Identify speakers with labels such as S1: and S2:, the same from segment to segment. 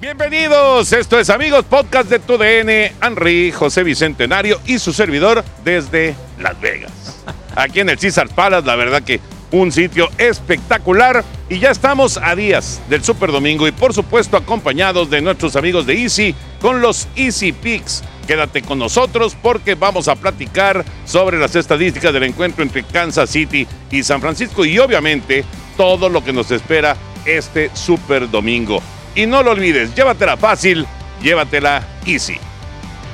S1: Bienvenidos, esto es Amigos Podcast de TUDN, Henry, José Bicentenario y su servidor desde Las Vegas. Aquí en el César Palace, la verdad que un sitio espectacular y ya estamos a días del Super Domingo y por supuesto acompañados de nuestros amigos de Easy con los Easy Picks. Quédate con nosotros porque vamos a platicar sobre las estadísticas del encuentro entre Kansas City y San Francisco y obviamente todo lo que nos espera este Super Domingo. Y no lo olvides, llévatela fácil, llévatela easy.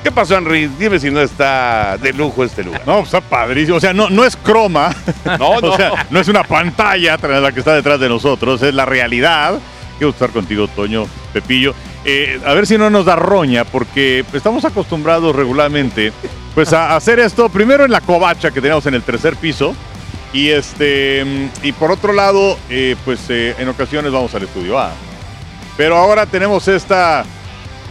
S1: ¿Qué pasó, Henry? Dime si no está de lujo este lugar.
S2: No, está padrísimo. O sea, no, no es croma.
S1: No, no.
S2: O sea, no es una pantalla tras la que está detrás de nosotros. Es la realidad. Quiero estar contigo, Toño, Pepillo. Eh, a ver si no nos da roña, porque estamos acostumbrados regularmente pues, a hacer esto primero en la covacha que teníamos en el tercer piso. Y, este, mm, y por otro lado, eh, pues eh, en ocasiones vamos al estudio A. Pero ahora tenemos esta...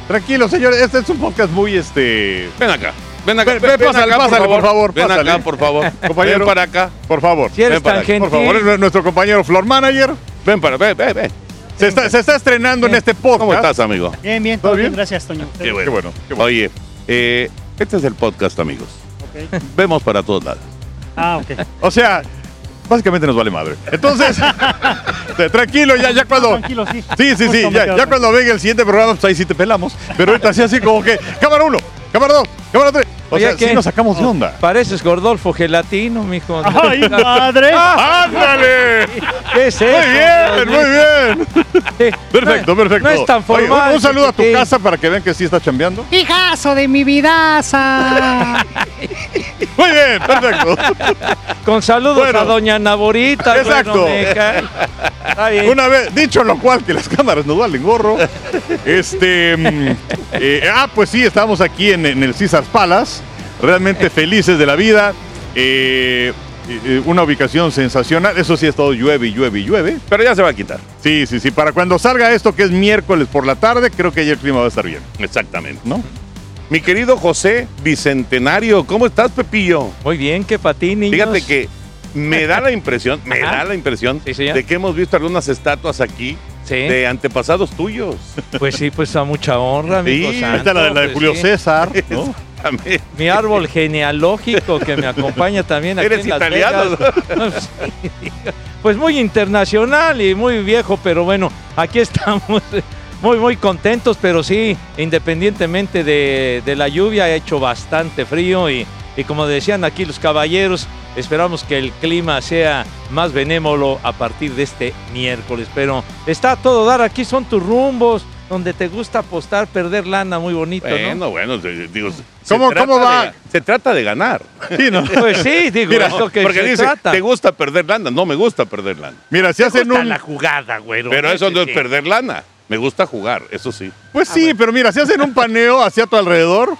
S2: Tranquilo, señores, este es un podcast muy este,
S1: Ven acá. Ven acá.
S2: Ven, ven, pásale, pásale, por favor,
S1: Ven
S2: pásale.
S1: acá, por favor.
S2: Compañero.
S1: Ven para acá.
S2: Por favor.
S3: Si eres
S1: Ven para
S3: tan
S1: acá,
S2: Por
S3: gentil.
S2: favor, es nuestro compañero Floor Manager.
S1: Ven para ven, ven, ven.
S2: Se está, se está estrenando en este podcast.
S1: ¿Cómo estás, amigo?
S4: Bien, bien,
S2: ¿Todo
S4: todo
S2: bien?
S4: bien. Gracias, Toño.
S1: Qué bueno.
S2: Qué bueno, qué bueno.
S1: Oye, eh, este es el podcast, amigos.
S4: Ok.
S1: Vemos para todos lados.
S4: Ah, ok.
S2: O sea, básicamente nos vale madre. Entonces, te- tranquilo, ya, ya cuando.
S4: Tranquilo, sí.
S2: Sí, sí, sí. Ya,
S4: Justo me quedo
S2: ya
S4: tranquilo.
S2: cuando venga el siguiente programa, pues ahí sí te pelamos. Pero ahorita sí, así como que. Cámara uno, cámara dos, cámara tres. O
S3: Oye,
S2: sea,
S3: ¿qué?
S2: sí nos sacamos
S1: Oh.
S2: de onda.
S3: Pareces Gordolfo Gelatino, mijo.
S4: ¡Ay, madre!
S2: Ah. ¡Ándale!
S3: ¿Qué es
S2: Muy bien, muy bien.
S3: bien.
S2: Perfecto, perfecto.
S3: No es tan
S2: Oye, un-
S3: formal.
S2: un saludo a tu
S1: este,
S3: Sí.
S2: casa para que vean que sí está chambeando.
S4: ¡Hijazo de mi vidaza!
S2: Muy bien, perfecto.
S3: Con saludos
S2: Bueno.
S3: a doña Naborita.
S2: Exacto.
S3: bueno, meca. Está bien.
S2: Una vez, dicho lo cual, que las cámaras nos valen gorro. este. mm, eh, ah, pues sí, estamos aquí en, en el Caesars Palace,
S1: Eh.
S2: realmente felices de la vida. eh, eh, eh, una ubicación sensacional. Eso sí, ha estado llueve, y llueve, y llueve.
S1: Pero ya se va a quitar.
S2: Sí, sí, sí. Para cuando salga esto, que es miércoles por la tarde, creo que ya el clima va a estar bien,
S1: Exactamente.
S2: ¿no?
S1: Mi querido José Bicentenario, ¿cómo estás, Pepillo?
S3: Muy bien, que para ti, niños.
S1: Fíjate que me da la impresión, me
S3: Ajá.
S1: da la impresión
S3: Sí, señor.
S1: de que hemos visto algunas estatuas aquí
S3: Sí.
S1: de antepasados tuyos.
S3: Pues sí, pues a mucha honra, mijo.
S2: Sí, ahí
S3: santo,
S2: está la, de- la de
S3: pues
S2: Julio
S3: sí.
S2: César, ¿no?
S1: Amén.
S3: Mi árbol genealógico que me acompaña también aquí
S1: Eres
S3: en Las
S1: italiano,
S3: Vegas. No, sí. Pues muy internacional y muy viejo, pero bueno, aquí estamos muy, muy contentos, pero sí, independientemente de, de la lluvia, ha hecho bastante frío y, y como decían aquí los caballeros, esperamos que el clima sea más benévolo a partir de este miércoles, pero está a todo dar, aquí son tus rumbos, donde te gusta apostar, perder lana, muy bonito, ¿no?
S1: Bueno, bueno, te- digo, se-
S2: ¿Cómo-
S1: se trata
S2: cómo va?
S1: de- se trata de ganar.
S2: Sí, ¿no?
S3: Pues sí, digo,
S1: Mira,
S3: es lo que
S1: porque
S3: se
S1: dice,
S3: trata.
S1: ¿te gusta perder lana? No me gusta perder lana.
S2: Mira, si hacen un.
S3: jugada, güero.
S1: Pero eso no es perder lana. Me gusta jugar, eso sí.
S2: Pues
S3: Ah,
S2: sí, pero mira, si hacen un paneo hacia tu alrededor,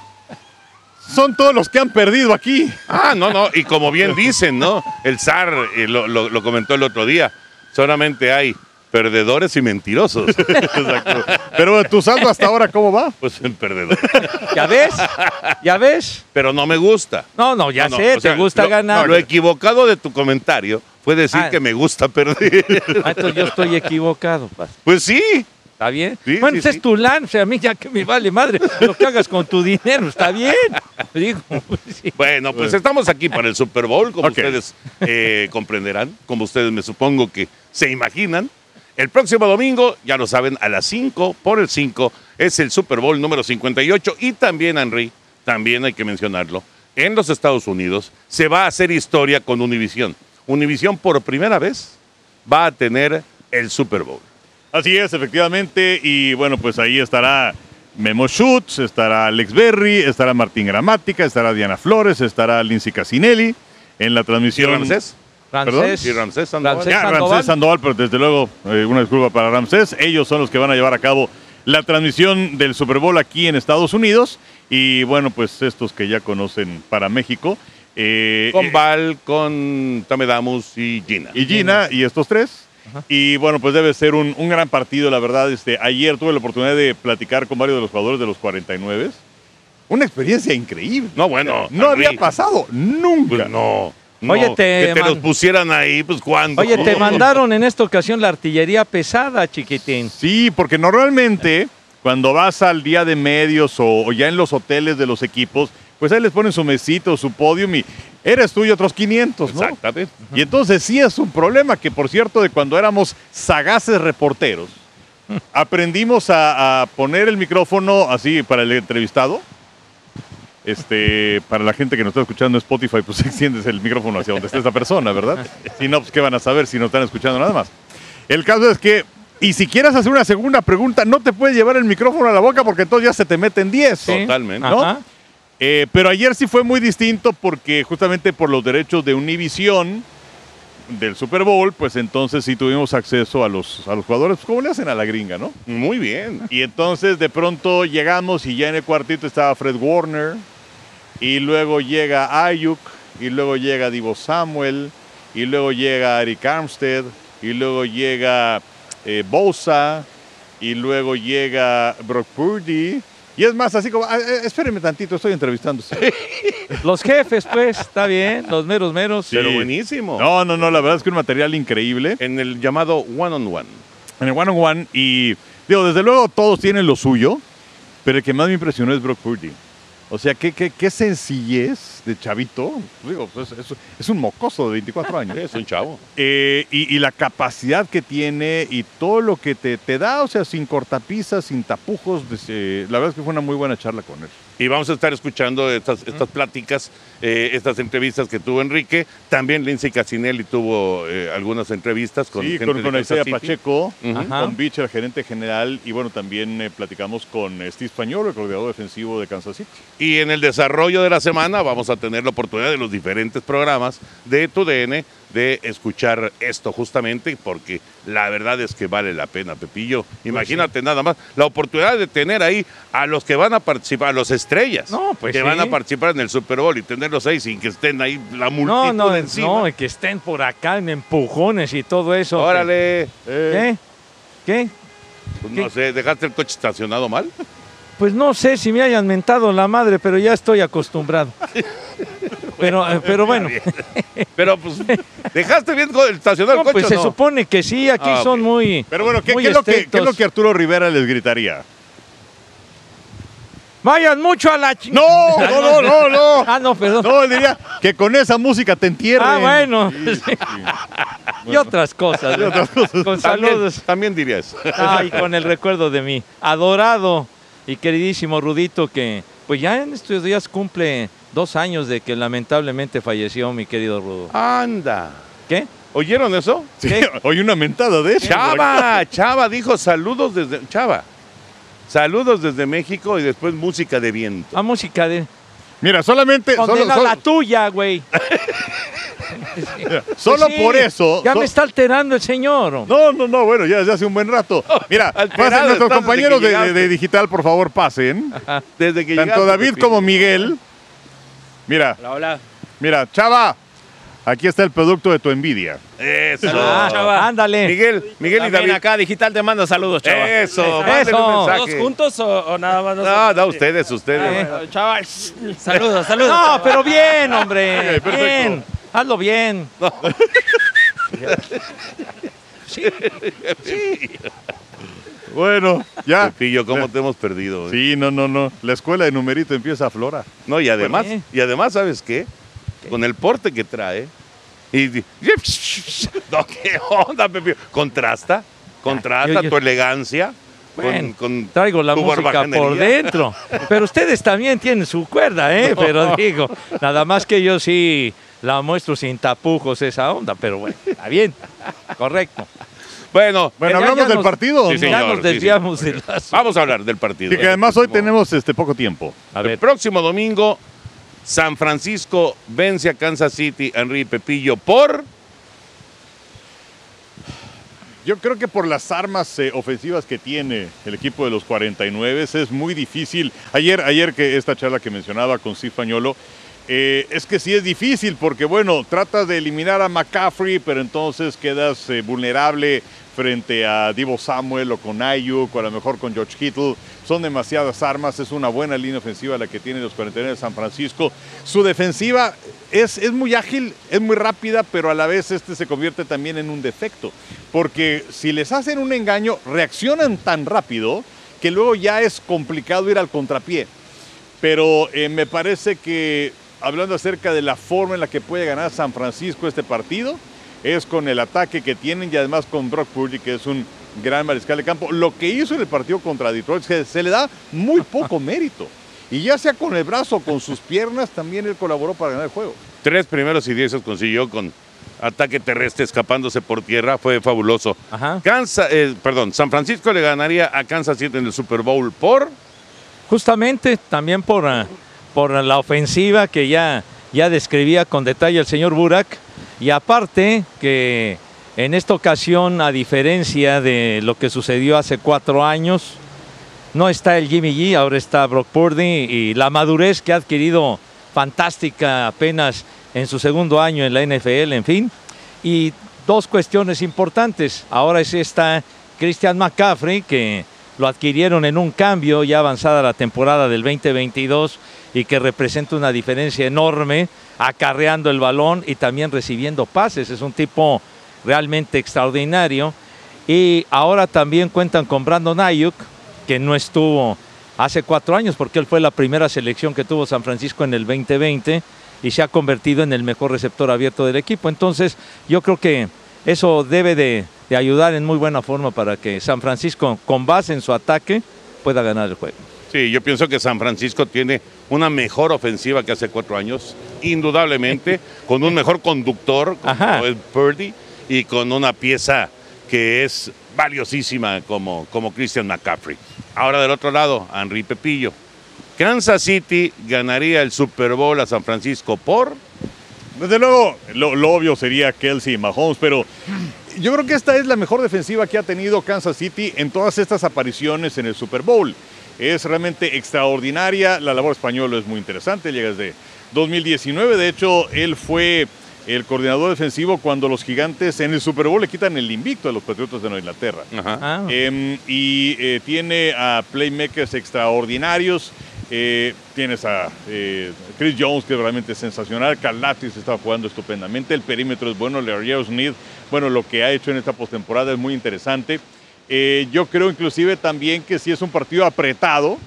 S2: son todos los que han perdido aquí.
S1: Ah, no, no. Y como bien dicen, ¿no? El zar eh, lo, lo- lo comentó el otro día. Solamente hay perdedores y mentirosos.
S2: Exacto. Pero tu saldo hasta ahora, ¿cómo va?
S1: Pues el perdedor.
S3: ¿Ya ves? ¿Ya ves?
S1: Pero no me gusta.
S3: No, no, ya
S1: No, no,
S3: sé,
S1: o sea,
S3: te gusta
S1: lo-
S3: ganar.
S1: no, lo equivocado de tu comentario fue decir
S3: Ah.
S1: que me gusta perder.
S3: Ah, entonces yo estoy equivocado, pa.
S1: pues sí.
S3: ¿Está bien?
S1: Sí,
S3: bueno,
S1: sí,
S3: ese
S1: sí.
S3: es tu lan, o sea, a mí ya que me vale madre lo que hagas con tu dinero, está bien. Digo, pues, sí.
S1: Bueno, pues estamos aquí para el Super Bowl, como
S2: Ok.
S1: ustedes eh, comprenderán, como ustedes me supongo que se imaginan. El próximo domingo, ya lo saben, a las 5 por el 5 es el Super Bowl número 58 y también, Henry, también hay que mencionarlo, en los Estados Unidos se va a hacer historia con Univisión. Univisión por primera vez va a tener el Super Bowl.
S2: Así es, efectivamente. Y bueno, pues ahí estará Memo Schutz, estará Alex Berry, estará Martín Gramática, estará Diana Flores, estará Lindsay Casinelli en la
S1: ¿Y
S2: transmisión.
S1: Ramsés?
S3: Francés.
S1: ¿Y Ramsés Sandoval?
S3: Ramsés
S2: Ya,
S3: Sandoval.
S2: Ramsés Sandoval, pero desde luego eh, una disculpa para Ramsés. Ellos son los que van a llevar a cabo la transmisión del Super Bowl aquí en Estados Unidos. Y bueno, pues estos que ya conocen para México. eh,
S1: Con
S2: eh,
S1: Val, con Tamedamus y Gina.
S2: y Gina y estos tres. Y bueno, pues debe ser un, un gran partido, la verdad. Este, ayer tuve la oportunidad de platicar con varios de los jugadores de los 49. Una experiencia increíble.
S1: No, bueno,
S2: No
S1: Henry.
S2: había pasado nunca.
S1: Pues no. no,
S3: Oye, te
S1: que te
S3: man-
S1: los pusieran ahí, pues cuando.
S3: Oye, te mandaron en esta ocasión la artillería pesada, chiquitín.
S2: Sí, porque normalmente cuando vas al día de medios o, o ya en los hoteles de los equipos, pues ahí les ponen su mesito, su podium y eres tú y otros 500, ¿no?
S1: Exactamente.
S2: Y entonces sí es un problema que, por cierto, de cuando éramos sagaces reporteros, aprendimos a, a poner el micrófono así para el entrevistado. Este, para la gente que nos está escuchando en Spotify, pues extiendes el micrófono hacia donde está esa persona, ¿verdad? Si no, pues qué van a saber si no están escuchando nada más. El caso es que, y si quieres hacer una segunda pregunta, no te puedes llevar el micrófono a la boca porque entonces ya se te meten 10.
S3: Sí.
S1: Totalmente.
S2: ¿no?
S3: Ajá.
S2: Eh, pero ayer sí fue muy distinto porque justamente por los derechos de Univision del Super Bowl, pues entonces sí tuvimos acceso a los, a los jugadores, pues, como le hacen a la gringa, ¿no?
S1: Muy bien.
S2: Y entonces de pronto llegamos y ya en el cuartito estaba Fred Warner, y luego llega Ayuk, y luego llega Divo Samuel, y luego llega Eric Armstead, y luego llega eh, Bosa, y luego llega Brock Purdy. Y es más, así como, "Ah, eh, espérenme tantito, estoy entrevistándose.
S3: Los jefes, pues, está bien, los meros meros.
S1: Pero buenísimo.
S2: No, no, no, la verdad es que un material increíble
S1: En el llamado one on one.
S2: en el One on One. Y digo, desde luego todos tienen lo suyo, pero el que más me impresionó es Brock Purdy. O sea, qué, qué, qué sencillez de chavito. Digo, pues, es, es un mocoso de 24 años.
S1: Es un chavo.
S2: Eh, y, y la capacidad que tiene y todo lo que te, te da, o sea, sin cortapisas, sin tapujos. des- eh, la verdad es que fue una muy buena charla con él.
S1: Y vamos a estar escuchando estas, estas pláticas, eh, estas entrevistas que tuvo Enrique. También Lindsay Casinelli tuvo eh, algunas entrevistas con
S2: sí,
S1: gente
S2: con,
S1: de
S2: con
S1: Kansas
S2: Isaiah
S1: City.
S2: Pacheco,
S3: Ajá.
S2: con Beach, el gerente general, y bueno, también eh, platicamos con eh, Steve Español, el coordinador defensivo de Kansas City.
S1: Y en el desarrollo de la semana vamos a tener la oportunidad de los diferentes programas de tu DN de escuchar esto justamente porque la verdad es que vale la pena, Pepillo.
S3: Pues
S1: Imagínate nada más la oportunidad de tener ahí a los que van a participar, a los estrellas
S3: No, pues
S1: que
S3: sí.
S1: van a participar en el Super Bowl y tenerlos ahí sin que estén ahí la multitud
S3: No, no,
S1: encima.
S3: no, que estén por acá en empujones y todo eso.
S1: Órale. Eh,
S3: ¿Qué? ¿Qué?
S1: pues no sé, ¿dejaste el coche estacionado mal?
S3: Pues no sé si me hayan mentado la madre, pero ya estoy acostumbrado. Pero, eh, pero bueno,
S1: Pero pues, ¿dejaste bien co- estacionado
S3: No,
S1: el coche
S3: pues
S1: o
S3: se
S1: no?
S3: supone que sí, aquí
S1: Ah,
S3: son
S1: ok.
S3: muy.
S2: Pero bueno, ¿qué,
S3: muy
S2: qué es lo que, qué es lo
S3: estrictos.
S2: que Arturo Rivera les gritaría?
S3: Vayan mucho a la chingada.
S2: ¡No! ¡No, no, no! no.
S3: Ah, no, perdón.
S2: No, él diría que con esa música te entierren.
S3: ah, bueno.
S2: Sí, sí.
S3: Y otras cosas. ¿no? Con
S1: También-
S3: saludos.
S1: También diría eso.
S3: Ay, con el recuerdo de mi adorado y queridísimo Rudito, que pues ya en estos días cumple dos años de que lamentablemente falleció mi querido Rudo.
S1: Anda.
S3: ¿Qué?
S1: ¿Oyeron eso?
S2: Ah, Sí, Oye, una mentada de eso.
S1: Chava, Chava dijo saludos desde Chava. Saludos desde México y después música de viento.
S3: A música de.
S2: Mira, solamente. Solo,
S3: Condena
S2: solo-
S3: la tuya, güey.
S2: solo
S3: Sí,
S2: por eso.
S3: Ya
S2: so-
S3: me está alterando el señor. hombre.
S2: No, no, no, bueno, ya desde hace un buen rato. Mira,
S1: alterado
S2: pasen
S1: estás desde
S2: nuestros
S1: que
S2: compañeros de, de- de
S1: llegaste.
S2: digital, por favor, pasen.
S1: Desde que
S2: Tanto
S1: llegaste,
S2: David
S1: Pepillo.
S2: como Miguel. Mira,
S5: Hola, hola.
S2: mira, Chava, aquí está el producto de tu envidia.
S1: Eso.
S3: Ah,
S5: Chava.
S3: Ándale.
S1: Miguel, Miguel y
S5: También
S1: David.
S5: acá Digital te manda saludos, chava.
S1: Eso,
S5: Ahí está.
S1: mándenle
S3: Eso.
S1: un
S5: ¿Todos
S1: mensaje. Ah,
S5: juntos o, o nada más?
S1: No, no, ustedes,
S3: Ah,
S1: ustedes.
S5: Eh, Chava, saludos, saludos.
S3: No, pero bien, hombre.
S2: Ok, perfecto.
S3: bien. Hazlo bien.
S2: Bueno, ya.
S1: Pepillo, ¿cómo te hemos perdido? eh?
S2: Ah. Sí, no, no, no. La escuela de numerito empieza a florar.
S1: No, y además,
S3: Bueno,
S1: y además, ¿sabes qué? Con el porte que trae. Y, di- no, ¿Qué onda, Pepillo? Contrasta, contrasta
S3: yo- yo-
S1: tu elegancia. con-
S3: Bueno,
S1: con
S3: traigo la
S1: tu
S3: música por
S1: barbajanería.
S3: dentro. Pero ustedes también tienen su cuerda, ¿eh? Pero digo, nada más que yo sí la muestro sin tapujos esa onda, pero bueno, está bien. Correcto.
S1: Bueno,
S2: Bueno,
S3: Ya- ya
S2: hablamos del
S3: nos-
S2: partido.
S1: Sí,
S2: ¿no?
S1: señor,
S3: ya nos
S1: sí,
S3: desviamos del asunto.
S1: vamos a hablar del partido.
S2: Y que además hoy
S1: El próximo-
S2: tenemos este poco tiempo.
S3: A
S1: El
S3: ver,
S1: próximo domingo, San Francisco vence a Kansas City, Henry Pepillo, por
S2: Yo creo que por las armas eh, ofensivas que tiene el equipo de los 49 es muy difícil. Ayer, ayer que esta charla que mencionaba con Cifañolo, eh, es que sí es difícil porque, bueno, tratas de eliminar a McCaffrey, pero entonces quedas eh, vulnerable frente a Divo Samuel o con Ayuk o a lo mejor con George Kittle. Son demasiadas armas, es una buena línea ofensiva la que tienen los 49 de San Francisco. Su defensiva es, es muy ágil, es muy rápida, pero a la vez este se convierte también en un defecto. Porque si les hacen un engaño, reaccionan tan rápido que luego ya es complicado ir al contrapié. Pero eh, me parece que hablando acerca de la forma en la que puede ganar San Francisco este partido, es con el ataque que tienen y además con Brock Purdy, que es un gran mariscal de campo. Lo que hizo en el partido contra Detroit es que se le da muy poco mérito. Y ya sea con el brazo o con sus piernas, también él colaboró para ganar el juego.
S1: Tres primeros y dieces consiguió con ataque terrestre escapándose por tierra. Fue fabuloso.
S3: Ajá.
S1: Kansas- eh, perdón, San Francisco le ganaría a Kansas City en el Super Bowl por...
S3: Justamente también por, ah, por la ofensiva que ya, ya describía con detalle el señor Burak. Y aparte que en esta ocasión, a diferencia de lo que sucedió hace cuatro años, no está el Jimmy G, ahora está Brock Purdy y la madurez que ha adquirido fantástica apenas en su segundo año en la NFL, en fin. Y dos cuestiones importantes. Ahora es esta Christian McCaffrey, que lo adquirieron en un cambio ya avanzada la temporada del 2022 y que representa una diferencia enorme, acarreando el balón y también recibiendo pases. Es un tipo realmente extraordinario. Y ahora también cuentan con Brandon Ayuk, que no estuvo hace cuatro años, porque él fue la primera selección que tuvo San Francisco en el 2020 y se ha convertido en el mejor receptor abierto del equipo. Entonces, yo creo que eso debe de, de ayudar en muy buena forma para que San Francisco, con base en su ataque, pueda ganar el juego.
S1: Sí, yo pienso que San Francisco tiene una mejor ofensiva que hace cuatro años, indudablemente, con un mejor conductor
S3: Ajá.
S1: como es Purdy y con una pieza que es valiosísima como, como Christian McCaffrey. Ahora del otro lado, Henry Pepillo. Kansas City ganaría el Super Bowl a San Francisco por...
S2: Desde luego, lo, lo obvio sería Kelsey y Mahomes, pero yo creo que esta es la mejor defensiva que ha tenido Kansas City en todas estas apariciones en el Super Bowl. Es realmente extraordinaria, la labor española es muy interesante, llega desde 2019, de hecho, él fue el coordinador defensivo cuando los gigantes en el Super Bowl le quitan el invicto a los Patriotas de Nueva Inglaterra.
S3: Ah,
S2: Em, y eh, tiene a playmakers extraordinarios. Eh, tienes a eh, Chris Jones, que es realmente sensacional. Carlatis está jugando estupendamente. El perímetro es bueno. Larry Smith, bueno, lo que ha hecho en esta postemporada es muy interesante. Eh, yo creo inclusive también que si es un partido apretado,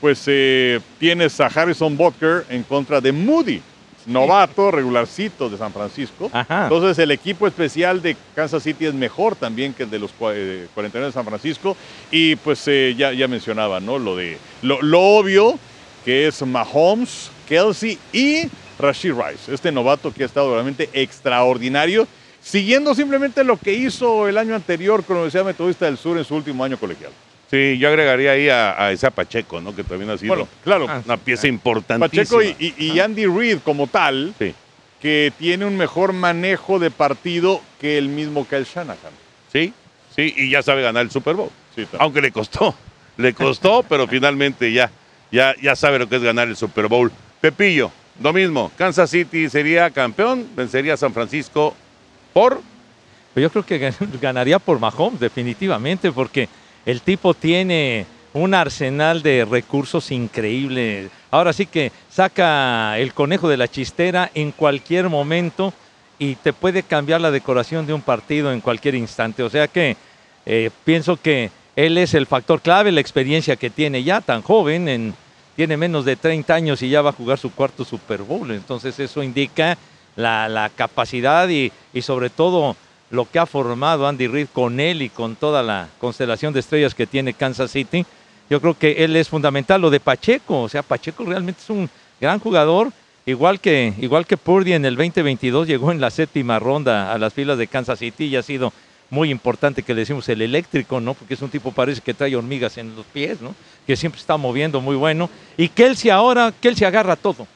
S2: pues eh, tienes a Harrison Butker en contra de Moody, novato, regularcito de San Francisco.
S3: Ajá.
S2: Entonces el equipo especial de Kansas City es mejor también que el de los cua- eh, 49 de San Francisco. Y pues eh, ya, ya mencionaba, ¿no? Lo, de, lo, lo obvio que es Mahomes, Kelsey y Rashid Rice, este novato que ha estado realmente extraordinario, siguiendo simplemente lo que hizo el año anterior con la Universidad Metodista del Sur en su último año colegial.
S1: Sí, yo agregaría ahí a, a esa Pacheco, ¿no? Que también ha sido
S2: Bueno, claro,
S1: una pieza importantísima.
S2: Ah, Pacheco y, y- y Andy Reid como tal,
S1: Sí.
S2: que tiene un mejor manejo de partido que el mismo Kyle Shanahan.
S1: Sí, sí, y ya sabe ganar el Super Bowl.
S2: Sí, también.
S1: Aunque le costó, le costó, pero finalmente ya, ya, ya sabe lo que es ganar el Super Bowl. Pepillo, lo mismo. Kansas City sería campeón, vencería a San Francisco por.
S3: Pues yo creo que gan- ganaría por Mahomes, definitivamente, porque el tipo tiene un arsenal de recursos increíbles. Ahora sí que saca el conejo de la chistera en cualquier momento y te puede cambiar la decoración de un partido en cualquier instante. O sea que eh, pienso que él es el factor clave, la experiencia que tiene ya tan joven, en- tiene menos de 30 años y ya va a jugar su cuarto Super Bowl. Entonces eso indica la, la capacidad y, y sobre todo lo que ha formado Andy Reid con él y con toda la constelación de estrellas que tiene Kansas City. Yo creo que él es fundamental. Lo de Pacheco, o sea, Pacheco realmente es un gran jugador. Igual que, igual que Purdy en el 2022 llegó en la séptima ronda a las filas de Kansas City y ha sido muy importante que le decimos el eléctrico, ¿no? Porque es un tipo parece que trae hormigas en los pies, ¿no? Que siempre está moviendo muy bueno. Y Kelsey ahora, Kelsey agarra todo.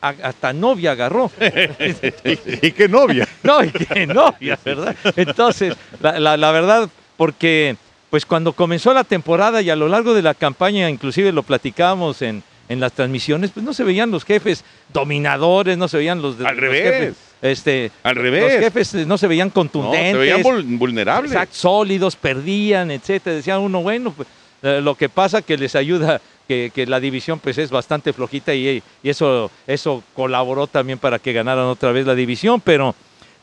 S3: A- hasta novia agarró.
S2: y, y qué novia.
S3: No, y que novia, ¿verdad? Entonces, la, la- la verdad, porque pues cuando comenzó la temporada y a lo largo de la campaña, inclusive lo platicábamos en, en las transmisiones, pues no se veían los jefes dominadores, no se veían los... de-
S1: Al
S3: los
S1: revés.
S3: jefes, este,
S1: Al revés.
S3: Los jefes eh, no se veían
S1: No,
S3: contundentes.
S1: se veían vul- vulnerables.
S3: Exacto, sólidos, perdían, etcétera. Decía uno, bueno, pues, eh, lo que pasa que les ayuda que, que la división pues es bastante flojita y, y eso, eso colaboró también para que ganaran otra vez la división, pero,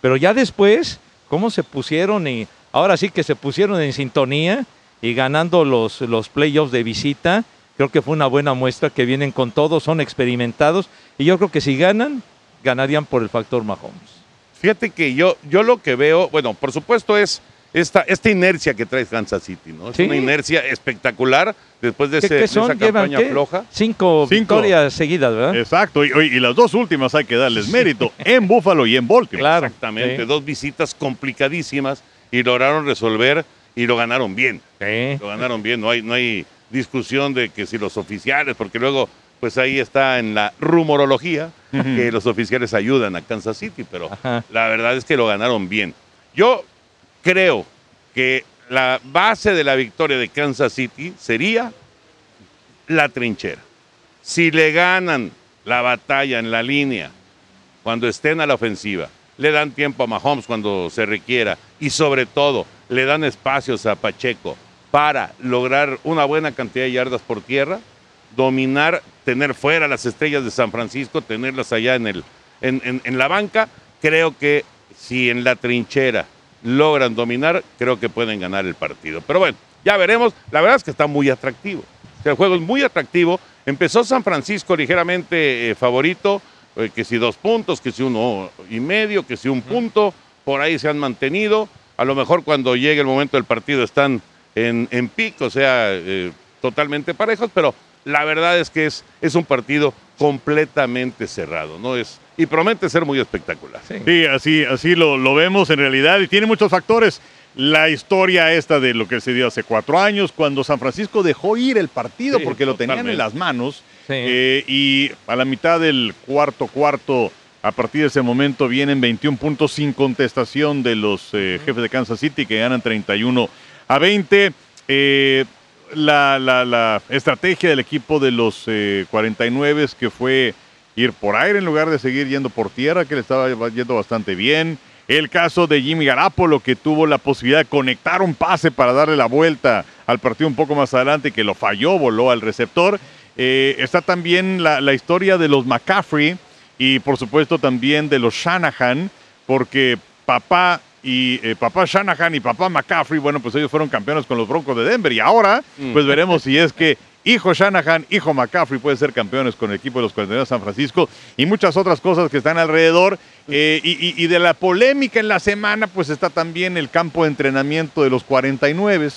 S3: pero ya después, cómo se pusieron y ahora sí que se pusieron en sintonía y ganando los, los playoffs de visita, creo que fue una buena muestra que vienen con todo, son experimentados y yo creo que si ganan, ganarían por el factor Mahomes.
S1: Fíjate que yo, yo lo que veo, bueno, por supuesto es esta, esta inercia que trae Kansas City, ¿no? Es
S3: Sí.
S1: una inercia espectacular después de,
S3: ¿Qué,
S1: ese-
S3: qué
S1: de
S3: son?
S1: esa
S3: Llevan
S1: campaña
S3: ¿qué?
S1: floja.
S3: Cinco,
S2: Cinco.
S3: victorias seguidas, ¿verdad?
S2: Exacto, y, oye, y las dos últimas hay que darles mérito, en Buffalo y en Baltimore.
S3: Claro.
S1: Exactamente,
S3: Sí.
S1: dos visitas complicadísimas y lograron resolver y lo ganaron bien.
S3: Sí.
S1: Lo ganaron bien, no hay, no hay discusión de que si los oficiales, porque luego, pues ahí está en la rumorología que los oficiales ayudan a Kansas City, pero
S3: Ajá.
S1: la verdad es que lo ganaron bien. Yo creo que la base de la victoria de Kansas City sería la trinchera. Si le ganan la batalla en la línea, cuando estén a la ofensiva, le dan tiempo a Mahomes cuando se requiera y sobre todo le dan espacios a Pacheco para lograr una buena cantidad de yardas por tierra, dominar, tener fuera las estrellas de San Francisco, tenerlas allá en, el, en, en- en la banca, creo que si en la trinchera logran dominar, creo que pueden ganar el partido. Pero bueno, ya veremos, la verdad es que está muy atractivo. O sea, El juego es muy atractivo. Empezó San Francisco ligeramente eh, favorito, eh, que si dos puntos, que si uno y medio, que si un punto, por ahí se han mantenido. A lo mejor cuando llegue el momento del partido están en, en pico, o sea, eh, totalmente parejos, pero la verdad es que es, es un partido completamente cerrado, ¿no? Es, y promete ser muy espectacular.
S2: Sí, así, así lo, lo vemos en realidad y tiene muchos factores. La historia esta de lo que se dio hace cuatro años, cuando San Francisco dejó ir el partido
S1: Sí,
S2: porque lo tenían en
S1: totalmente.
S2: las manos
S3: Sí.
S2: eh, y a la mitad del cuarto cuarto, a partir de ese momento vienen 21 puntos sin contestación de los eh, jefes de Kansas City que ganan 31 a 20. Eh, la, la- la estrategia del equipo de los eh, 49 que fue ir por aire en lugar de seguir yendo por tierra, que le estaba yendo bastante bien. El caso de Jimmy Garapolo, que tuvo la posibilidad de conectar un pase para darle la vuelta al partido un poco más adelante, que lo falló, voló al receptor. Eh, está también la, la historia de los McCaffrey y, por supuesto, también de los Shanahan, porque papá y eh, papá Shanahan y papá McCaffrey, bueno, pues ellos fueron campeones con los Broncos de Denver y ahora, pues veremos si es que hijo Shanahan, hijo McCaffrey puede ser campeones con el equipo de los 49 de San Francisco y muchas otras cosas que están alrededor. Eh, y, y- y de la polémica en la semana, pues está también el campo de entrenamiento de los 49,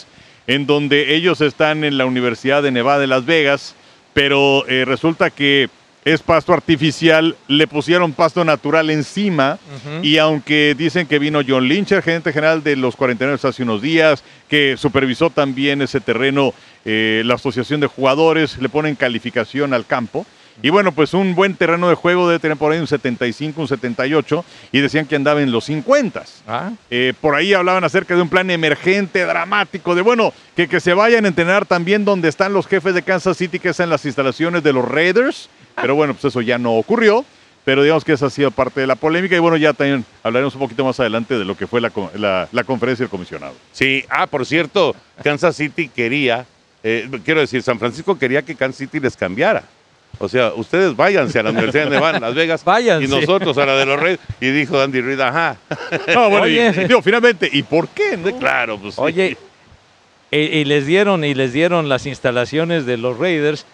S2: en donde ellos están en la Universidad de Nevada de Las Vegas, pero eh, resulta que es pasto artificial, le pusieron pasto natural encima y aunque dicen que vino John Lyncher, gerente general de los 49 hace unos días, que supervisó también ese terreno, eh, la asociación de jugadores, le ponen calificación al campo. Y bueno, pues un buen terreno de juego debe tener por ahí un 75, un 78 y decían que andaba en los 50.
S3: Ah,
S2: Eh, por ahí hablaban acerca de un plan emergente, dramático, de bueno, que, que se vayan a entrenar también donde están los jefes de Kansas City, que es en las instalaciones de los Raiders. Pero bueno, pues eso ya no ocurrió. Pero digamos que esa ha sido parte de la polémica. Y bueno, ya también hablaremos un poquito más adelante de lo que fue la, co- la- la conferencia del comisionado.
S1: Sí, ah, por cierto, Kansas City quería, eh, quiero decir, San Francisco quería que Kansas City les cambiara. O sea, ustedes váyanse a la Universidad de Nevada, en Las Vegas,
S3: Váyanse.
S1: y nosotros a la de los Reyes. Y dijo Andy Reid, ajá.
S2: No, Ah, bueno, y-
S3: Oye.
S2: y digo, finalmente, ¿y por qué? no?
S1: Claro, pues sí.
S3: Oye, y, y les dieron y les dieron las instalaciones de los Raiders,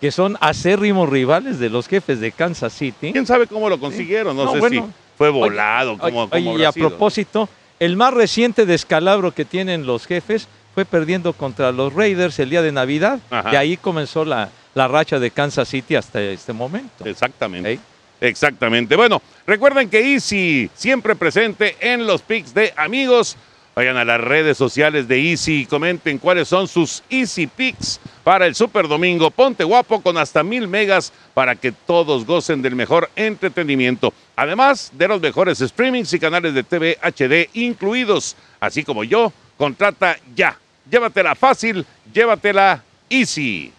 S3: que son acérrimos rivales de los jefes de Kansas City.
S1: ¿Quién sabe cómo lo consiguieron? No,
S3: No,
S1: sé
S3: bueno.
S1: si fue volado, cómo,
S3: Oye,
S1: cómo
S3: y
S1: habrá
S3: a
S1: sido, ¿no?
S3: propósito, el más reciente descalabro que tienen los jefes fue perdiendo contra los Raiders el día de Navidad.
S1: Ajá.
S3: Y ahí comenzó la, la racha de Kansas City hasta este momento.
S1: Exactamente.
S3: Ey.
S1: Exactamente. Bueno, recuerden que Easy siempre presente en los pics de amigos. Vayan a las redes sociales de Easy y comenten cuáles son sus Easy Picks para el Super Domingo. Ponte guapo con hasta mil megas para que todos gocen del mejor entretenimiento. Además de los mejores streamings y canales de TV HD incluidos, así como yo Contrata ya. Llévatela fácil, llévatela easy.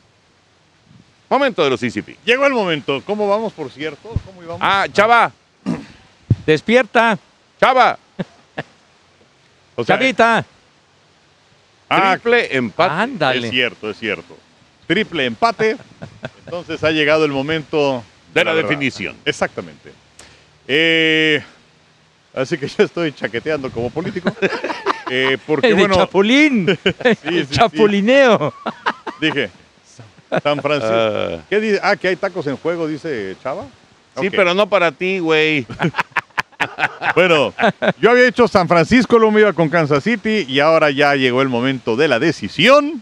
S1: Momento de los Easy Pick.
S2: Llegó el momento. ¿Cómo vamos, por cierto? ¿Cómo íbamos?
S1: Ah, Chava,
S3: Despierta,
S1: Chava.
S2: O sea,
S3: chavita.
S2: ah,
S1: triple empate.
S2: es
S3: Ándale.
S2: cierto, es cierto. Triple empate. Entonces ha llegado el momento
S1: De la
S2: verdad.
S1: definición.
S2: Exactamente. Eh, así que yo estoy chaqueteando como político. Eh, porque,
S3: El de
S2: bueno,
S3: chapulín.
S2: sí, sí.
S3: Chapulineo.
S2: dije, San Francisco.
S1: Ah.
S2: ¿Qué dice? Ah, que hay tacos en juego, dice Chava.
S3: Ah,
S1: Sí,
S2: Ok.
S1: pero no para ti, güey.
S2: Bueno, yo había hecho San Francisco, luego me iba con Kansas City y ahora ya llegó el momento de la decisión.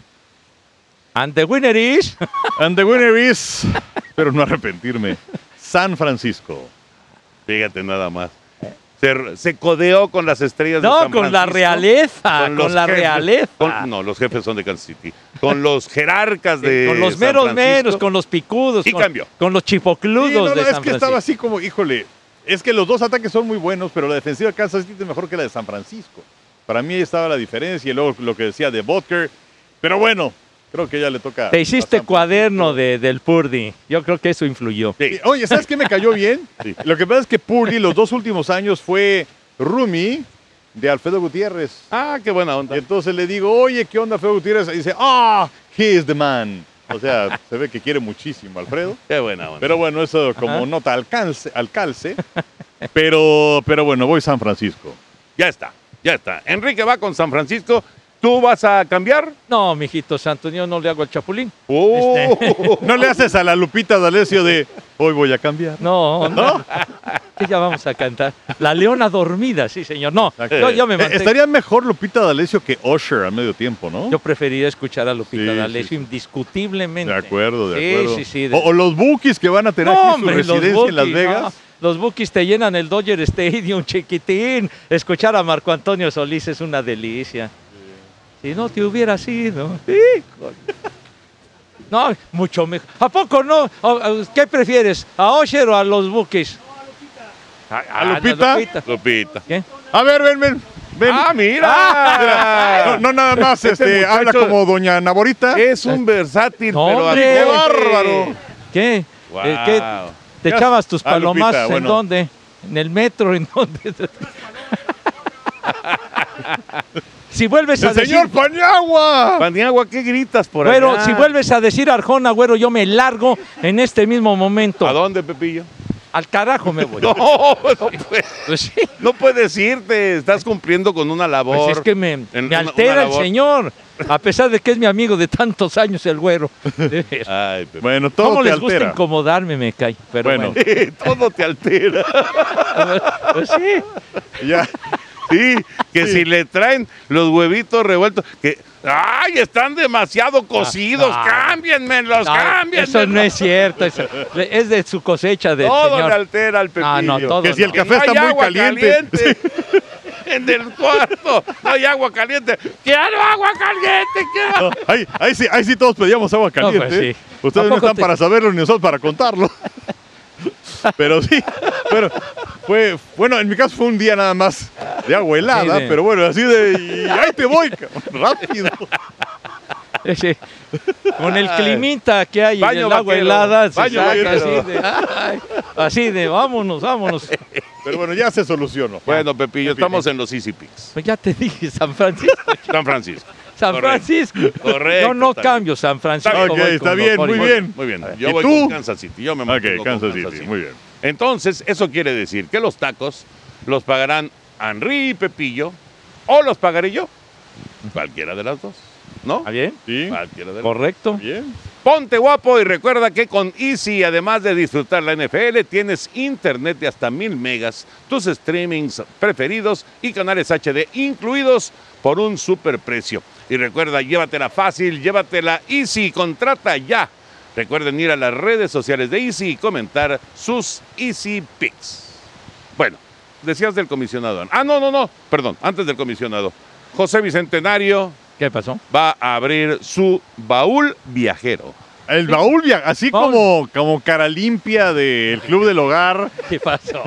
S3: And the winner is-
S2: And the winner is, pero no arrepentirme, San Francisco.
S1: Fíjate nada más. Se, se codeó con las estrellas de
S3: No,
S1: San
S3: con la
S1: Francisco,
S3: realeza. Con,
S1: los
S3: la
S1: jefes-
S3: realeza.
S1: con- no, los jefes son de Kansas City. Con los jerarcas de.
S3: con los
S1: San
S3: meros
S1: Francisco.
S3: meros, con los picudos,
S1: Y
S3: con,
S1: cambió.
S3: con los
S2: Sí, no,
S3: chipocludos
S2: no,
S3: de
S2: es
S3: San
S2: que estaba
S3: Francisco.
S2: así como, híjole, es que los dos ataques son muy buenos, pero la defensiva de Kansas City es mejor que la de San Francisco. Para mí ahí estaba la diferencia y luego lo que decía de Butker. Pero bueno, creo que ya le toca.
S3: Te
S2: a
S3: hiciste
S2: San Francisco.
S3: cuaderno de, del Purdy. Yo creo que eso influyó.
S2: Sí. Oye, ¿sabes qué me cayó bien?
S1: Sí.
S2: Lo que pasa es que Purdy los dos últimos años fue Rumi de Alfredo Gutiérrez.
S1: Ah, qué buena
S2: Y
S1: onda.
S2: entonces le digo, oye, ¿qué onda Alfredo Gutiérrez? Y dice, ah, he is the man. O sea, se ve que quiere muchísimo a Alfredo.
S1: Qué buena onda.
S2: Pero bueno, eso como nota al calce. al calce. Pero, pero bueno, voy San Francisco.
S1: ya está, ya está. Enrique va con San Francisco. ¿Tú vas a cambiar?
S3: No, mijito santo, yo no le hago al chapulín.
S1: Oh.
S3: Este.
S2: No le haces a la Lupita D'Alessio de, hoy voy a cambiar.
S3: No, no. que ya vamos a cantar. La leona dormida, sí, señor. No, yo, yo me
S2: Eh,
S3: mantengo.
S2: Estaría mejor Lupita D'Alessio que Usher al medio tiempo, ¿no?
S3: Yo preferiría escuchar a Lupita
S2: Sí, sí,
S3: D'Alessio
S2: sí.
S3: indiscutiblemente.
S2: De acuerdo, de
S3: Sí,
S2: acuerdo.
S3: sí, sí, de-
S2: O, o los bookies que van a tener
S3: No,
S2: aquí
S3: hombre,
S2: su residencia
S3: los
S2: en Las
S3: Bukis, no,
S2: Vegas.
S3: Los Bookies te llenan el Dodger Stadium, chiquitín. Escuchar a Marco Antonio Solís es una delicia. Si no te hubiera sido. híjole. No, mucho mejor. ¿A poco no? ¿O- o ¿Qué prefieres? ¿A Osher o a los Bookies? Ah,
S2: ¿A Lupita?
S1: Lupita.
S3: ¿Qué?
S2: A ver, ven, ven. ven.
S1: Ah, mira.
S2: No, no, nada más,
S1: Este
S2: este,
S1: muchacho-
S2: habla como doña Naborita.
S1: Es un versátil,
S3: No,
S1: pero
S3: hombre.
S1: ¡Qué
S3: ¡Qué
S1: bárbaro!
S3: ¿Qué? Eh,
S1: Wow.
S3: ¿qué? ¿Te
S2: Ya-
S3: echabas tus
S2: Ah, Lupita,
S3: palomazos en
S2: bueno.
S3: dónde? ¿En el metro? ¿En dónde? si vuelves a
S2: ¡El
S3: decir
S2: señor Paniagua!
S1: Paniagua, ¿qué gritas por ahí?
S3: Güero, si vuelves a decir Arjona, güero, yo me largo en este mismo momento.
S1: ¿A dónde, Pepillo?
S3: Al carajo me voy.
S1: No, no, puede-
S3: Pues sí,
S1: no puedes irte. Estás cumpliendo con una labor.
S3: pues es que me,
S1: En
S3: me
S1: una- una
S3: altera el
S1: labor.
S3: señor. A pesar de que es mi amigo de tantos años el güero. De veras.
S1: Ay, Pepe.
S2: Bueno, todo
S3: ¿Cómo
S2: te
S3: les gusta
S2: altera.
S3: incomodarme, me cae? Pero
S2: Bueno.
S3: bueno.
S1: Todo te altera.
S3: pues sí.
S2: Ya.
S1: Sí, que si le traen los huevitos revueltos, que ¡ay! Están demasiado cocidos,
S3: Ah, ah.
S1: cámbienmelos,
S3: Ay,
S1: cámbienmelos.
S3: eso no es cierto. eso- es de su cosecha del
S1: Todo le
S3: señor.
S1: altera al pepillo.
S3: Ah, no, todo
S2: Que si el
S3: no.
S1: Que
S2: café
S1: no
S2: está
S1: hay
S2: muy
S1: agua
S2: caliente.
S1: caliente. en el cuarto, no hay agua caliente. ¡Quiero agua caliente! ¡Quiero!
S2: No, ahí, ahí sí, ahí sí todos pedíamos agua
S3: pues,
S2: caliente. ¿eh?
S3: sí.
S2: Ustedes
S3: ¿A
S2: no
S3: poco
S2: están
S3: te-
S2: para saberlo ni nosotros para contarlo. pero sí, pero fue, bueno, en mi caso fue un día nada más de agua helada,
S3: Sí, de-
S2: pero bueno, así de, y ahí te voy, cabrón, rápido.
S3: Eh, Sí. Con el climita que hay
S1: Baño
S3: en el agua
S1: vaquero.
S3: helada, se
S1: Baño
S3: saca
S1: vaquero.
S3: así de, ay, así de, vámonos, vámonos.
S2: Pero bueno, ya se solucionó.
S1: Bueno, Pepillo, estamos en los Easy Picks.
S3: Pues ya te dije, San Francisco.
S1: San Francisco.
S3: San
S1: Correcto.
S3: Francisco.
S1: Correcto,
S3: Yo no
S1: está bien.
S3: cambio San
S2: Está bien.
S3: Francisco. voy
S2: Ok,
S3: con
S2: está
S3: los
S2: bien, muy
S3: Orioles.
S2: bien.
S1: Muy bien.
S2: A ver,
S1: Yo
S2: ¿y
S1: voy
S2: tú?
S1: con Kansas City. Yo me mantengo
S2: ok,
S1: con
S2: Kansas City, muy bien.
S1: Entonces, eso quiere decir que los tacos los pagarán Henry y Pepillo o los pagaré yo. Cualquiera de las dos, ¿no?
S3: ¿Está bien?
S2: Sí,
S1: Cualquiera de las dos.
S3: Correcto.
S2: bien.
S1: Ponte guapo y recuerda que con Easy, además de disfrutar la NFL, tienes internet de hasta mil megas, tus streamings preferidos y canales HD incluidos por un superprecio. Y recuerda, llévatela fácil, llévatela Easy, contrata ya. Recuerden ir a las redes sociales de Easy y comentar sus Easy Picks. Bueno, decías del comisionado. Ah, no, no, no, perdón, antes del comisionado. José Bicentenario
S3: ¿Qué pasó?
S1: va a abrir su baúl viajero.
S2: El baúl, via- así
S3: Baúl.
S2: como, como cara limpia del Club del Hogar.
S3: ¿Qué pasó?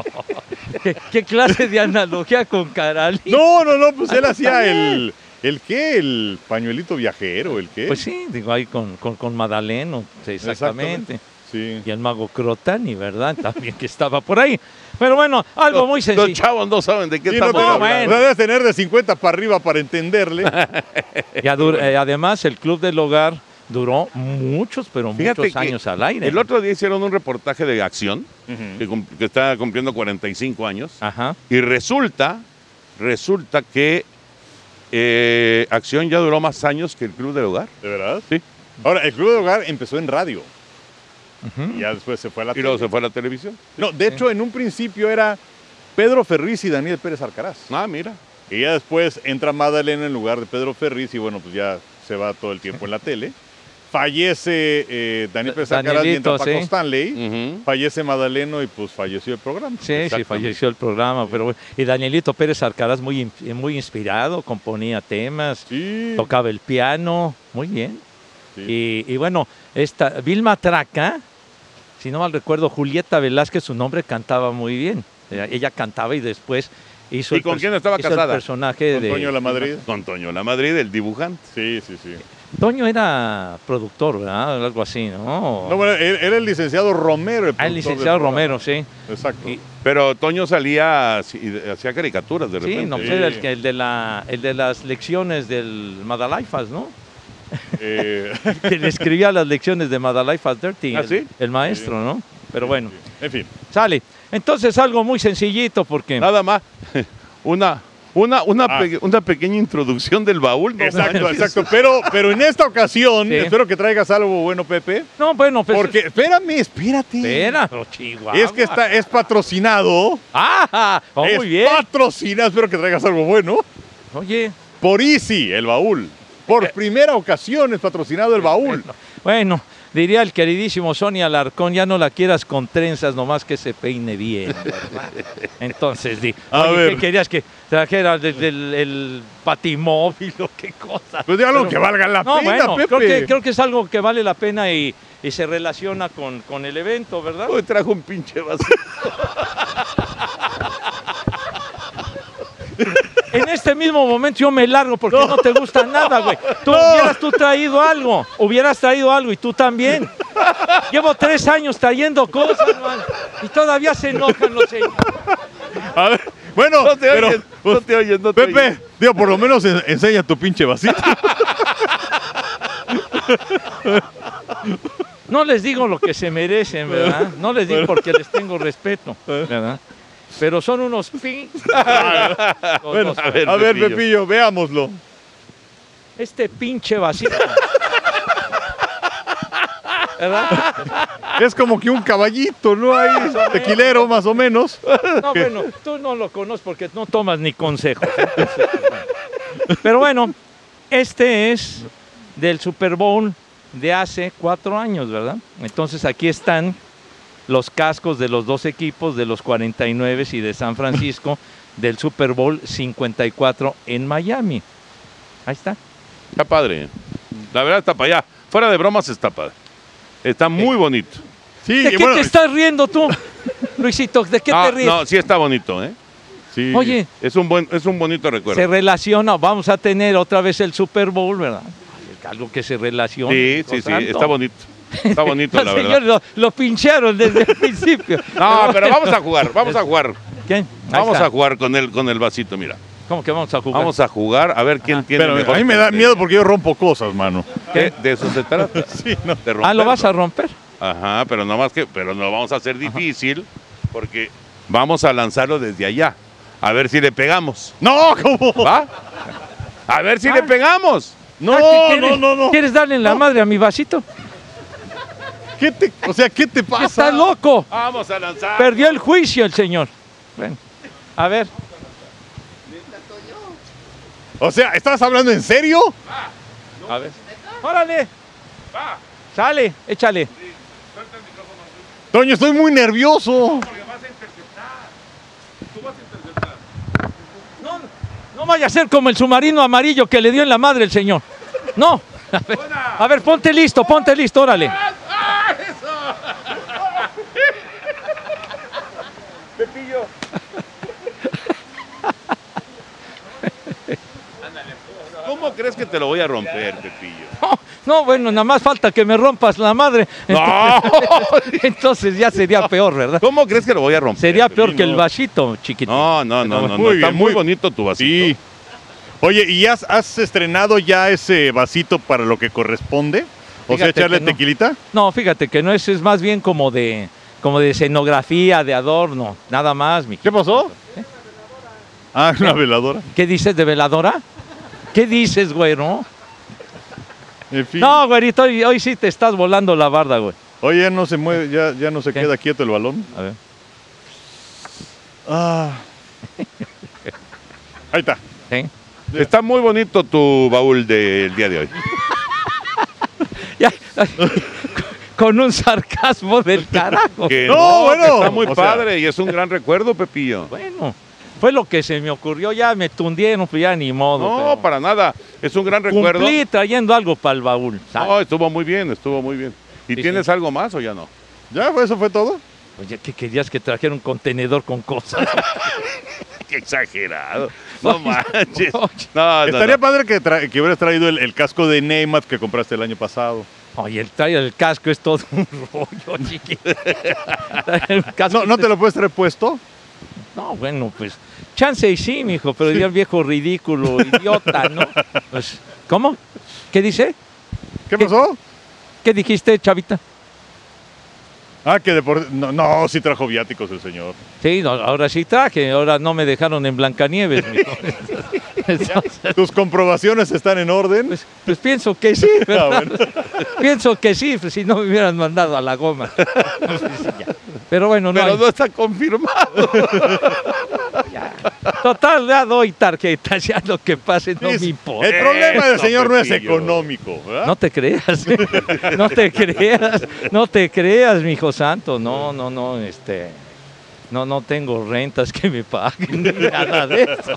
S3: ¿Qué, qué clase de analogía con Carali?
S2: No, no, no, pues él hacía el, ¿El qué? ¿El pañuelito viajero? ¿El qué?
S3: Pues sí, digo, ahí con, con, con Madaleno, sí, exactamente.
S2: Sí.
S3: Y el mago Crotani, ¿verdad? También que estaba por ahí. Pero bueno, algo muy
S1: Los
S3: sencillo.
S1: chavos no saben de qué
S2: Sí, no,
S1: estamos
S2: te-
S1: hablando.
S3: bueno.
S2: no debes tener de 50 para arriba para entenderle.
S3: Y adu- eh, además, el Club del Hogar duró muchos, pero
S1: Fíjate
S3: muchos
S1: que
S3: años al aire.
S1: El otro día hicieron un reportaje de acción que, cum- que está cumpliendo 45 años.
S3: Ajá.
S1: Y resulta, resulta que eh, Acción ya duró más años que el Club del Hogar.
S2: ¿De verdad?
S1: Sí.
S2: Ahora, el Club de Hogar empezó en radio. Y ya después se fue a la
S1: Y luego
S2: tele.
S1: se fue a la televisión.
S2: No, de hecho, en un principio era Pedro Ferriz y Daniel Pérez Alcaraz.
S1: Ah, mira.
S2: Y ya después entra Madalena en lugar de Pedro Ferriz y bueno, pues ya se va todo el tiempo en la tele. Fallece eh, Daniel Pérez Alcaraz y
S3: Danielito,
S2: entra Paco
S3: sí.
S2: Stanley.
S1: Ujú.
S2: Fallece Madaleno y pues falleció el programa.
S3: Sí, sí, falleció el programa. pero bueno. Y Danielito Pérez Alcaraz, muy, in- eh, muy inspirado, componía temas,
S2: Sí.
S3: tocaba el piano, muy bien.
S2: sí.
S3: Y, y bueno, esta Vilma Traca, si no mal recuerdo, Julieta Velázquez, su nombre cantaba muy bien. Ella, ella cantaba y después hizo
S1: ¿Y
S3: el
S1: con
S3: pers-
S1: quién estaba
S3: hizo
S1: casada?
S3: el personaje
S2: Con
S3: de
S2: Toño La Madrid.
S1: Con Toño La Madrid, el dibujante.
S2: Sí, sí, sí.
S3: Toño era productor, ¿verdad? Algo así, ¿no?
S2: No, bueno, él- era el licenciado Romero. el
S3: Oh. ah, el
S2: productor del
S3: licenciado
S2: programa.
S3: Romero, sí.
S2: Exacto.
S3: Y-
S1: Pero Toño salía así- y hacía caricaturas de repente.
S3: Sí, no,
S2: Sí.
S3: pues era el, que- el de la, el de las lecciones del Madalaifas, ¿no?
S2: Eh,
S3: Que le escribía las lecciones de Madalaifas Dirty,
S1: ¿Ah,
S3: el,
S1: sí?
S3: el maestro, ¿no? Pero bueno,
S2: en fin.
S3: sale. Entonces algo muy sencillito porque...
S1: Nada más. Una, una, una,
S2: Ah.
S1: pe- una pequeña introducción del baúl. ¿no?
S2: Exacto, exacto. Pero, pero en esta ocasión,
S3: Sí.
S2: espero que traigas algo bueno, Pepe.
S3: No, bueno, pues...
S2: Porque, espérame, espérate.
S3: Espera, oh, Chihuahua.
S2: Es que está, es patrocinado.
S3: ¡Ah! oh,
S2: es
S3: muy bien.
S2: patrocinado. Espero que traigas algo bueno.
S3: Oye,
S2: Por Easy, el baúl. Por primera ocasión es patrocinado el baúl.
S3: Eh. bueno, diría el queridísimo Sonia Alarcón, ya no la quieras con trenzas, nomás que se peine bien. ¿verdad? Entonces, di,
S2: A
S3: oye,
S2: ver.
S3: ¿qué querías que trajera desde el, el patimóvil o qué cosa?
S2: Pues de algo
S3: Pero-
S2: que valga la
S3: No,
S2: pena,
S3: bueno,
S2: Pepe.
S3: creo que, creo que es algo que vale la pena y, y se relaciona con, con el evento, ¿verdad?
S1: Uy, trajo un pinche vacío.
S3: En este mismo momento yo me largo porque no, te gusta nada, güey. Tú hubieras tú traído algo, hubieras traído algo y tú también. Llevo tres años trayendo cosas, man, y todavía se enojan los señores.
S2: A ver, bueno,
S1: No te
S2: pero,
S1: oyes, no
S2: pues,
S1: te oyes, no te oyes.
S2: Pepe, digo, por lo menos en- enseña tu pinche vasito.
S3: No les digo lo que se merecen, ¿verdad? No les digo porque les tengo respeto,
S2: Eh.
S3: ¿verdad? Pero son unos pin. Los
S2: Bueno,
S3: dos.
S2: a ver, Pepillo. veámoslo.
S3: Este pinche vacío. ¿Verdad?
S2: Es como que un caballito, ¿no?
S1: Ah,
S2: Ahí, tequilero, más o menos.
S3: No, bueno, tú no lo conoces porque no tomas ni consejos. Entonces, bueno. Pero bueno, este es del Super Bowl de hace cuatro años, ¿verdad? Entonces aquí están los cascos de los dos equipos, de los 49 y de San Francisco, del Super Bowl 54 en Miami. Ahí está.
S1: Está padre. La verdad está para allá. Fuera de bromas está padre. Está muy bonito.
S2: Sí,
S3: ¿De
S2: y
S3: qué
S2: bueno, Ah,
S3: te estás riendo tú, Luisito? ¿De qué
S1: no,
S3: te ríes?
S1: Ah, no, sí está bonito, ¿eh?
S2: sí.
S3: Oye,
S1: Es un buen, es un bonito recuerdo.
S3: se relaciona, vamos a tener otra vez el Super Bowl, ¿verdad? Algo que se relaciona.
S1: Sí,
S3: hijo
S1: sí, sí,
S3: santo.
S1: está bonito. Está bonito,
S3: Los
S1: la
S3: señores
S1: verdad.
S3: lo, lo pincharon desde el principio.
S1: No, pero vamos a jugar, vamos a jugar.
S3: ¿Quién? Ahí
S1: Vamos
S3: está.
S1: a jugar con el, con el vasito, mira.
S3: ¿Cómo que vamos a jugar?
S1: Vamos a jugar a ver
S3: Ah,
S1: quién tiene
S2: Pero
S1: mejor este.
S2: a mí me da
S1: cartel.
S2: miedo porque yo rompo cosas, mano.
S1: ¿Qué? De eso se trata.
S2: Sí, no.
S1: de
S3: ah, ¿lo vas a
S1: romperlo.
S3: romper?
S1: Ajá, pero no más que, pero no vamos a hacer difícil porque vamos a lanzarlo desde allá. A ver si le pegamos.
S2: No, ¿cómo?
S1: ¿Va? A ver si
S3: Ah.
S1: le pegamos.
S2: No,
S3: Ah, ¿qué
S2: no,
S3: quieres?
S2: no, no.
S3: ¿Quieres darle en la madre a mi vasito?
S2: ¿Qué te, o sea, ¿qué te pasa?
S3: ¡Estás loco!
S1: Vamos a lanzar.
S3: Perdió el juicio el señor. Bueno, a ver.
S2: O sea, ¿estás hablando en serio?
S3: A ver. ¡Órale! ¡Sale! ¡Échale!
S2: Toño, estoy muy nervioso.
S3: No, no vaya a ser como el submarino amarillo que le dio en la madre el señor. No. A ver, a ver, ponte listo, ponte listo, órale.
S1: ¿Cómo crees que te lo voy a romper, Pepillo?
S3: No, bueno, nada más falta que me rompas la madre.
S1: ¡No!
S3: Entonces ya sería peor, ¿verdad?
S1: ¿Cómo crees que lo voy a romper?
S3: Sería peor
S1: Pepillo?
S3: que el vasito, chiquito.
S1: No, no, no, no. no,
S2: Muy
S1: Está
S2: bien,
S1: muy
S2: muy-
S1: bonito tu vasito.
S2: Sí. Oye, ¿y has, has estrenado ya ese vasito para lo que corresponde? O sea,
S3: Fíjate
S2: echarle
S3: que no.
S2: tequilita.
S3: No, fíjate que no es, es más bien como de como de escenografía, de adorno, nada más. Mi.
S2: ¿Qué pasó? Ah, una veladora.
S3: ¿Qué dices de veladora? ¿Qué dices, güey, no?
S2: En fin.
S3: No, güerito, hoy, hoy sí te estás volando la barda, güey.
S2: Oye, ya no se mueve, ya, ya no se
S3: ¿Qué?
S2: queda quieto el balón.
S3: A ver.
S2: Ah. Ahí está.
S3: ¿sí?
S1: Está muy bonito tu baúl del día de hoy.
S3: Ya, ay, con un sarcasmo del carajo.
S1: Que
S2: No, bueno.
S1: que Está muy
S2: O sea-
S1: padre y es un gran recuerdo, Pepillo.
S3: Bueno, fue lo que se me ocurrió, ya me tundieron, pues ya ni modo.
S1: No,
S3: pero
S1: para nada. Es un gran recuerdo.
S3: Cumplí trayendo algo para el baúl. ¿sabes?
S1: No, estuvo muy bien, estuvo muy bien. ¿Y
S3: Sí,
S1: tienes algo más o ya no?
S2: ¿Ya fue- eso fue todo?
S3: Oye, ¿qué querías que trajera un contenedor con cosas?
S1: Qué exagerado. No manches. No, Ah, no,
S2: Estaría
S1: no.
S2: padre que, tra- que hubieras traído el, el casco de Neymar que compraste el año pasado.
S3: Oye, el traer el casco es todo un rollo, chiquito. Traer el casco-
S2: No, ¿No te lo puedes traer puesto?
S3: No, bueno, pues chance y sí, mijo, pero diría el viejo ridículo, idiota, ¿no? Pues, ¿Cómo? ¿Qué dice?
S2: ¿Qué pasó?
S3: ¿Qué dijiste, chavita?
S2: Ah, que de por... No, no, sí trajo viáticos el señor.
S3: Sí, no, ahora sí traje, ahora no me dejaron en Blancanieves, mijo. Entonces,
S2: ¿Tus comprobaciones están en orden?
S3: pues, pues pienso que sí,
S2: Ah,
S3: ¿verdad?
S2: bueno.
S3: Pienso que sí, pues, si no me hubieran mandado a la goma. Pues, sí, ya. Pero bueno, no.
S1: Pero
S3: hay-
S1: no está confirmado.
S3: Total, ya doy tarjeta, ya lo que pase no me
S2: Sí, Eh,
S3: importa.
S2: el problema del
S1: Eso,
S2: señor no es
S1: Pepillo.
S2: económico, ¿verdad?
S3: No te creas, no te creas, no te creas, mi hijo santo, no, no, no, este, no, no tengo rentas que me paguen, ni nada de eso,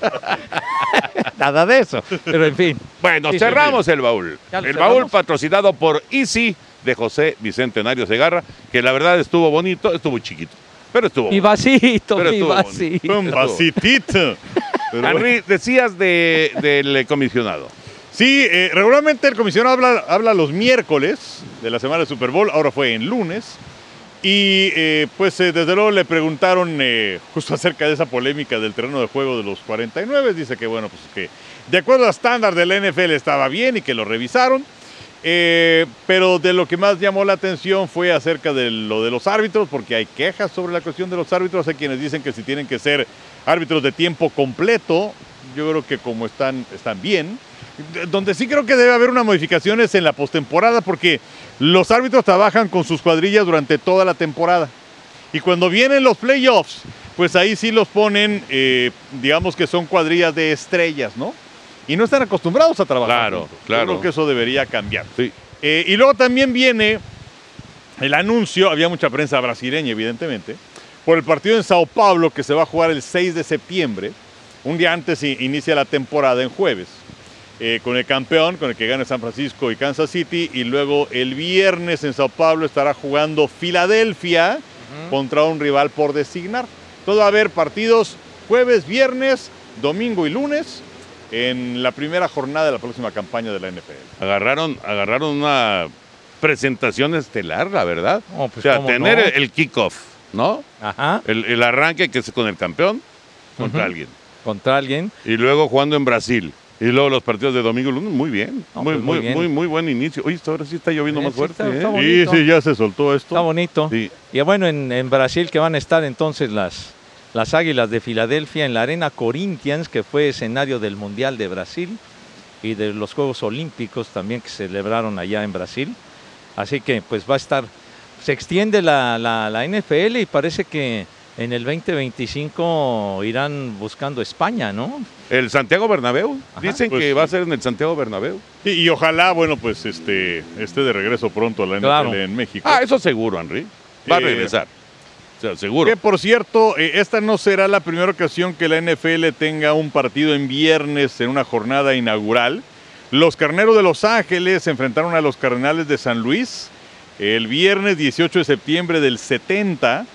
S3: nada de eso, pero en fin,
S1: Bueno,
S3: Sí, sí,
S1: cerramos el baúl.
S3: Ya lo
S1: El baúl
S3: cerramos.
S1: patrocinado por Easy de José Bicentenario Segarra, que la verdad estuvo bonito, estuvo chiquito, pero estuvo
S3: mi
S1: bonito.
S3: vasito,
S1: Pero
S3: mi
S1: estuvo bonito.
S3: vasito.
S2: Un vasitito. Pero bueno.
S1: Henry, decías de- del eh, comisionado.
S2: Sí, eh, regularmente el comisionado habla, habla los miércoles de la semana del Super Bowl, ahora fue en lunes. Y eh, pues eh, desde luego le preguntaron eh, justo acerca de esa polémica del terreno de juego de los 49. Dice que bueno, pues que de acuerdo al estándar del NFL estaba bien y que lo revisaron. Eh, pero de lo que más llamó la atención fue acerca de lo de los árbitros, porque hay quejas sobre la cuestión de los árbitros. Hay quienes dicen que si tienen que ser árbitros de tiempo completo, yo creo que como están, están bien. D- Donde sí creo que debe haber una modificación es en la postemporada, porque los árbitros trabajan con sus cuadrillas durante toda la temporada. Y cuando vienen los playoffs, pues ahí sí los ponen, eh, digamos que son cuadrillas de estrellas, ¿no? Y no están acostumbrados a trabajar.
S1: Claro,
S2: juntos. Yo
S1: claro.
S2: creo que eso debería cambiar.
S1: Sí.
S2: Eh, y luego también viene el anuncio, había mucha prensa brasileña, evidentemente, por el partido en Sao Paulo que se va a jugar el 6 de septiembre, un día antes i- inicia la temporada en jueves, eh, con el campeón, con el que gana San Francisco y Kansas City, y luego el viernes en Sao Paulo estará jugando Filadelfia contra un rival por designar. Todo va a haber partidos jueves, viernes, domingo y lunes en la primera jornada de la próxima campaña de la NFL.
S1: Agarraron, agarraron una presentación estelar, la verdad.
S3: No, pues,
S1: o sea,
S3: ¿cómo
S1: tener
S3: no?
S1: el, el kickoff, ¿no?
S3: Ajá,
S1: El, el arranque que es con el campeón contra
S3: Ujú.
S1: alguien.
S3: contra alguien,
S1: Y luego jugando en Brasil. Y luego los partidos de domingo y lunes, muy bien.
S3: No,
S1: muy,
S3: pues, muy
S1: muy,
S3: bien.
S1: muy, muy buen inicio. Oye, esto ahora sí está lloviendo
S3: Eh,
S1: más
S3: sí,
S1: fuerte.
S3: está-
S1: ¿eh?
S3: está bonito.
S2: Sí, sí, ya se soltó esto.
S3: está bonito.
S1: Sí.
S3: Y bueno, en, en Brasil que van a estar entonces las, las Águilas de Filadelfia en la Arena Corinthians, que fue escenario del Mundial de Brasil y de los Juegos Olímpicos también que se celebraron allá en Brasil. Así que pues va a estar, se extiende la, la- la NFL y parece que en el 2025 irán buscando España, ¿no?
S1: El Santiago Bernabéu.
S3: Ajá.
S1: Dicen
S2: Pues
S1: que va a
S2: sí.
S1: ser en el Santiago Bernabéu.
S2: Y, y ojalá, bueno, pues este esté de regreso pronto a la NFL
S3: Claro.
S2: en México.
S1: Ah, eso seguro, Henry. Va a
S2: Eh,
S1: regresar. O sea, seguro.
S2: que por cierto, eh, esta no será la primera ocasión que la NFL tenga un partido en viernes en una jornada inaugural. Los Carneros de Los Ángeles se enfrentaron a los Cardenales de San Luis el viernes 18 de septiembre del 70.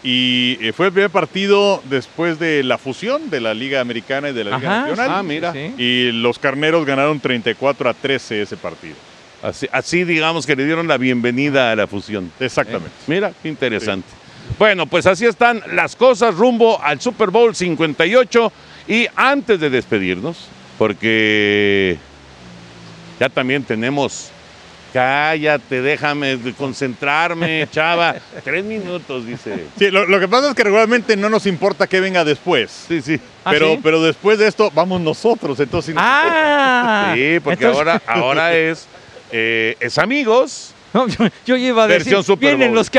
S2: Y eh, fue el primer partido después de la fusión de la Liga Americana y de la Liga
S3: Ajá,
S2: Nacional.
S1: Ah, mira.
S3: sí, sí.
S2: Y los carneros ganaron 34 a 13 ese partido.
S1: Así, así digamos que le dieron la bienvenida a la fusión.
S3: Eh,
S2: Exactamente.
S1: Mira, qué interesante. Bueno, pues así están las cosas rumbo al Super Bowl 58. Y antes de despedirnos, porque ya también tenemos. Cállate, déjame concentrarme, chava. Tres minutos, dice.
S2: Sí, lo, lo que pasa es que regularmente no nos importa que venga después.
S1: Sí, sí.
S3: ¿Ah,
S2: Pero,
S3: sí?
S2: pero después de esto, vamos nosotros. Entonces,
S3: Ah,
S1: Sí, porque
S3: entonces-
S1: ahora, ahora es, eh, es amigos.
S3: No, yo, yo iba a decir,
S1: Versión Super
S3: vienen
S1: Bowl.
S3: los que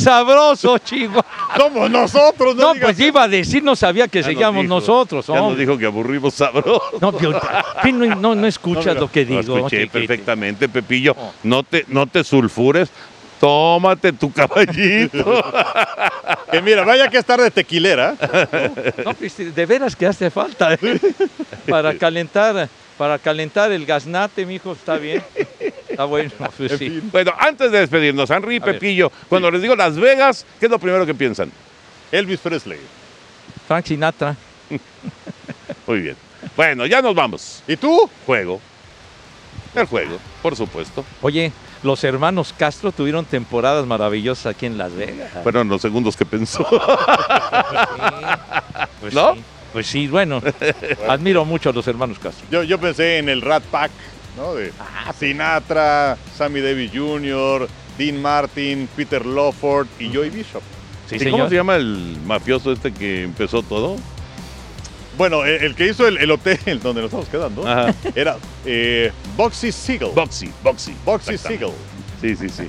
S3: sabroso, chihuahua.
S2: somos nosotros.
S3: No,
S2: digas-
S3: pues iba a decir, no sabía que
S1: Ya nos
S3: seguíamos
S1: dijo,
S3: nosotros.
S1: Ya nos
S3: hombre.
S1: dijo que aburrimos sabroso.
S3: No, pero- ¿qué no, no, no escuchas lo que Oh.
S1: Lo
S3: digo.
S1: escuché
S3: chiquito?
S1: perfectamente, Pepillo. No te, no te sulfures. Tómate tu caballito.
S2: Que mira, vaya que es tarde tequilera.
S3: No, pues, de veras que hace falta ¿eh? para calentar, para calentar el gaznate, mijo, está bien. Está bueno, pues sí.
S1: bueno, antes de despedirnos, Henry y
S3: ver.
S1: Pepillo, cuando les digo Las Vegas, ¿qué es lo primero que piensan?
S2: Elvis Presley.
S3: Frank Sinatra.
S1: Muy bien. Bueno, ya nos vamos.
S2: ¿Y tú?
S1: Juego. El juego, por supuesto.
S3: Oye, los hermanos Castro tuvieron temporadas maravillosas aquí en Las Vegas.
S1: Fueron los segundos que pensó.
S3: Pues
S1: ¿No?
S3: sí, Pues sí, bueno. Admiro mucho a los hermanos Castro.
S2: Yo, yo pensé en el Rat Pack, ¿no? De Sinatra, Sammy Davis Jr., Dean Martin, Peter Lawford y Joey Bishop.
S3: Sí,
S1: ¿Y cómo
S3: señor.
S1: se llama el mafioso este que empezó todo?
S2: Bueno, e, el, el que hizo el, el hotel donde nos estamos quedando
S1: Ajá.
S2: era eh, Boxy Siegel.
S1: Boxy, Boxy.
S2: Boxy
S1: Exactamente.
S2: Siegel.
S1: Sí, sí, sí.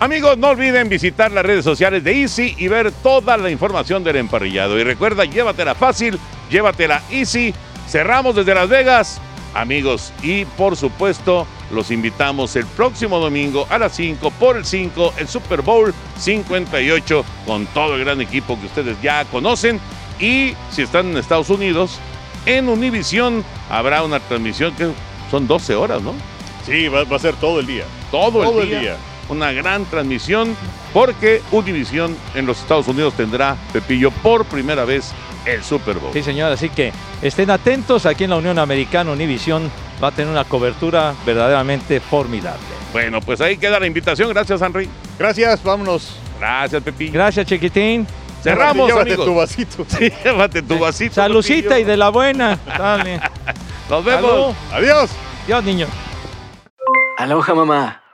S1: Amigos, no olviden visitar las redes sociales de Easy y ver toda la información del emparrillado. Y recuerda, llévatela fácil, llévatela Easy. Cerramos desde Las Vegas, amigos. Y por supuesto, los invitamos el próximo domingo a las 5 por el 5, el Super Bowl 58, con todo el gran equipo que ustedes ya conocen. Y si están en Estados Unidos, en Univisión habrá una transmisión que son 12 horas, ¿no?
S2: Sí, va, va a ser todo el día.
S1: todo,
S2: Todo
S1: el,
S2: el
S1: día,
S2: día.
S1: Una gran transmisión porque Univision en los Estados Unidos tendrá, Pepillo, por primera vez el Super Bowl.
S3: Sí, señor. Así que estén atentos. Aquí en la Unión Americana, Univisión va a tener una cobertura verdaderamente formidable.
S1: Bueno, pues ahí queda la invitación. Gracias, Henry.
S2: Gracias, vámonos.
S1: Gracias, Pepillo.
S3: Gracias, chiquitín.
S1: Cerramos,
S2: Llévate
S1: amigos.
S2: tu vasito.
S1: Sí, llévate tu vasito.
S3: Salucita y
S1: Pepillo.
S3: de la buena. Dale.
S1: Nos vemos.
S3: Salud.
S2: Adiós.
S3: Dios, niño.
S6: Aloha mamá.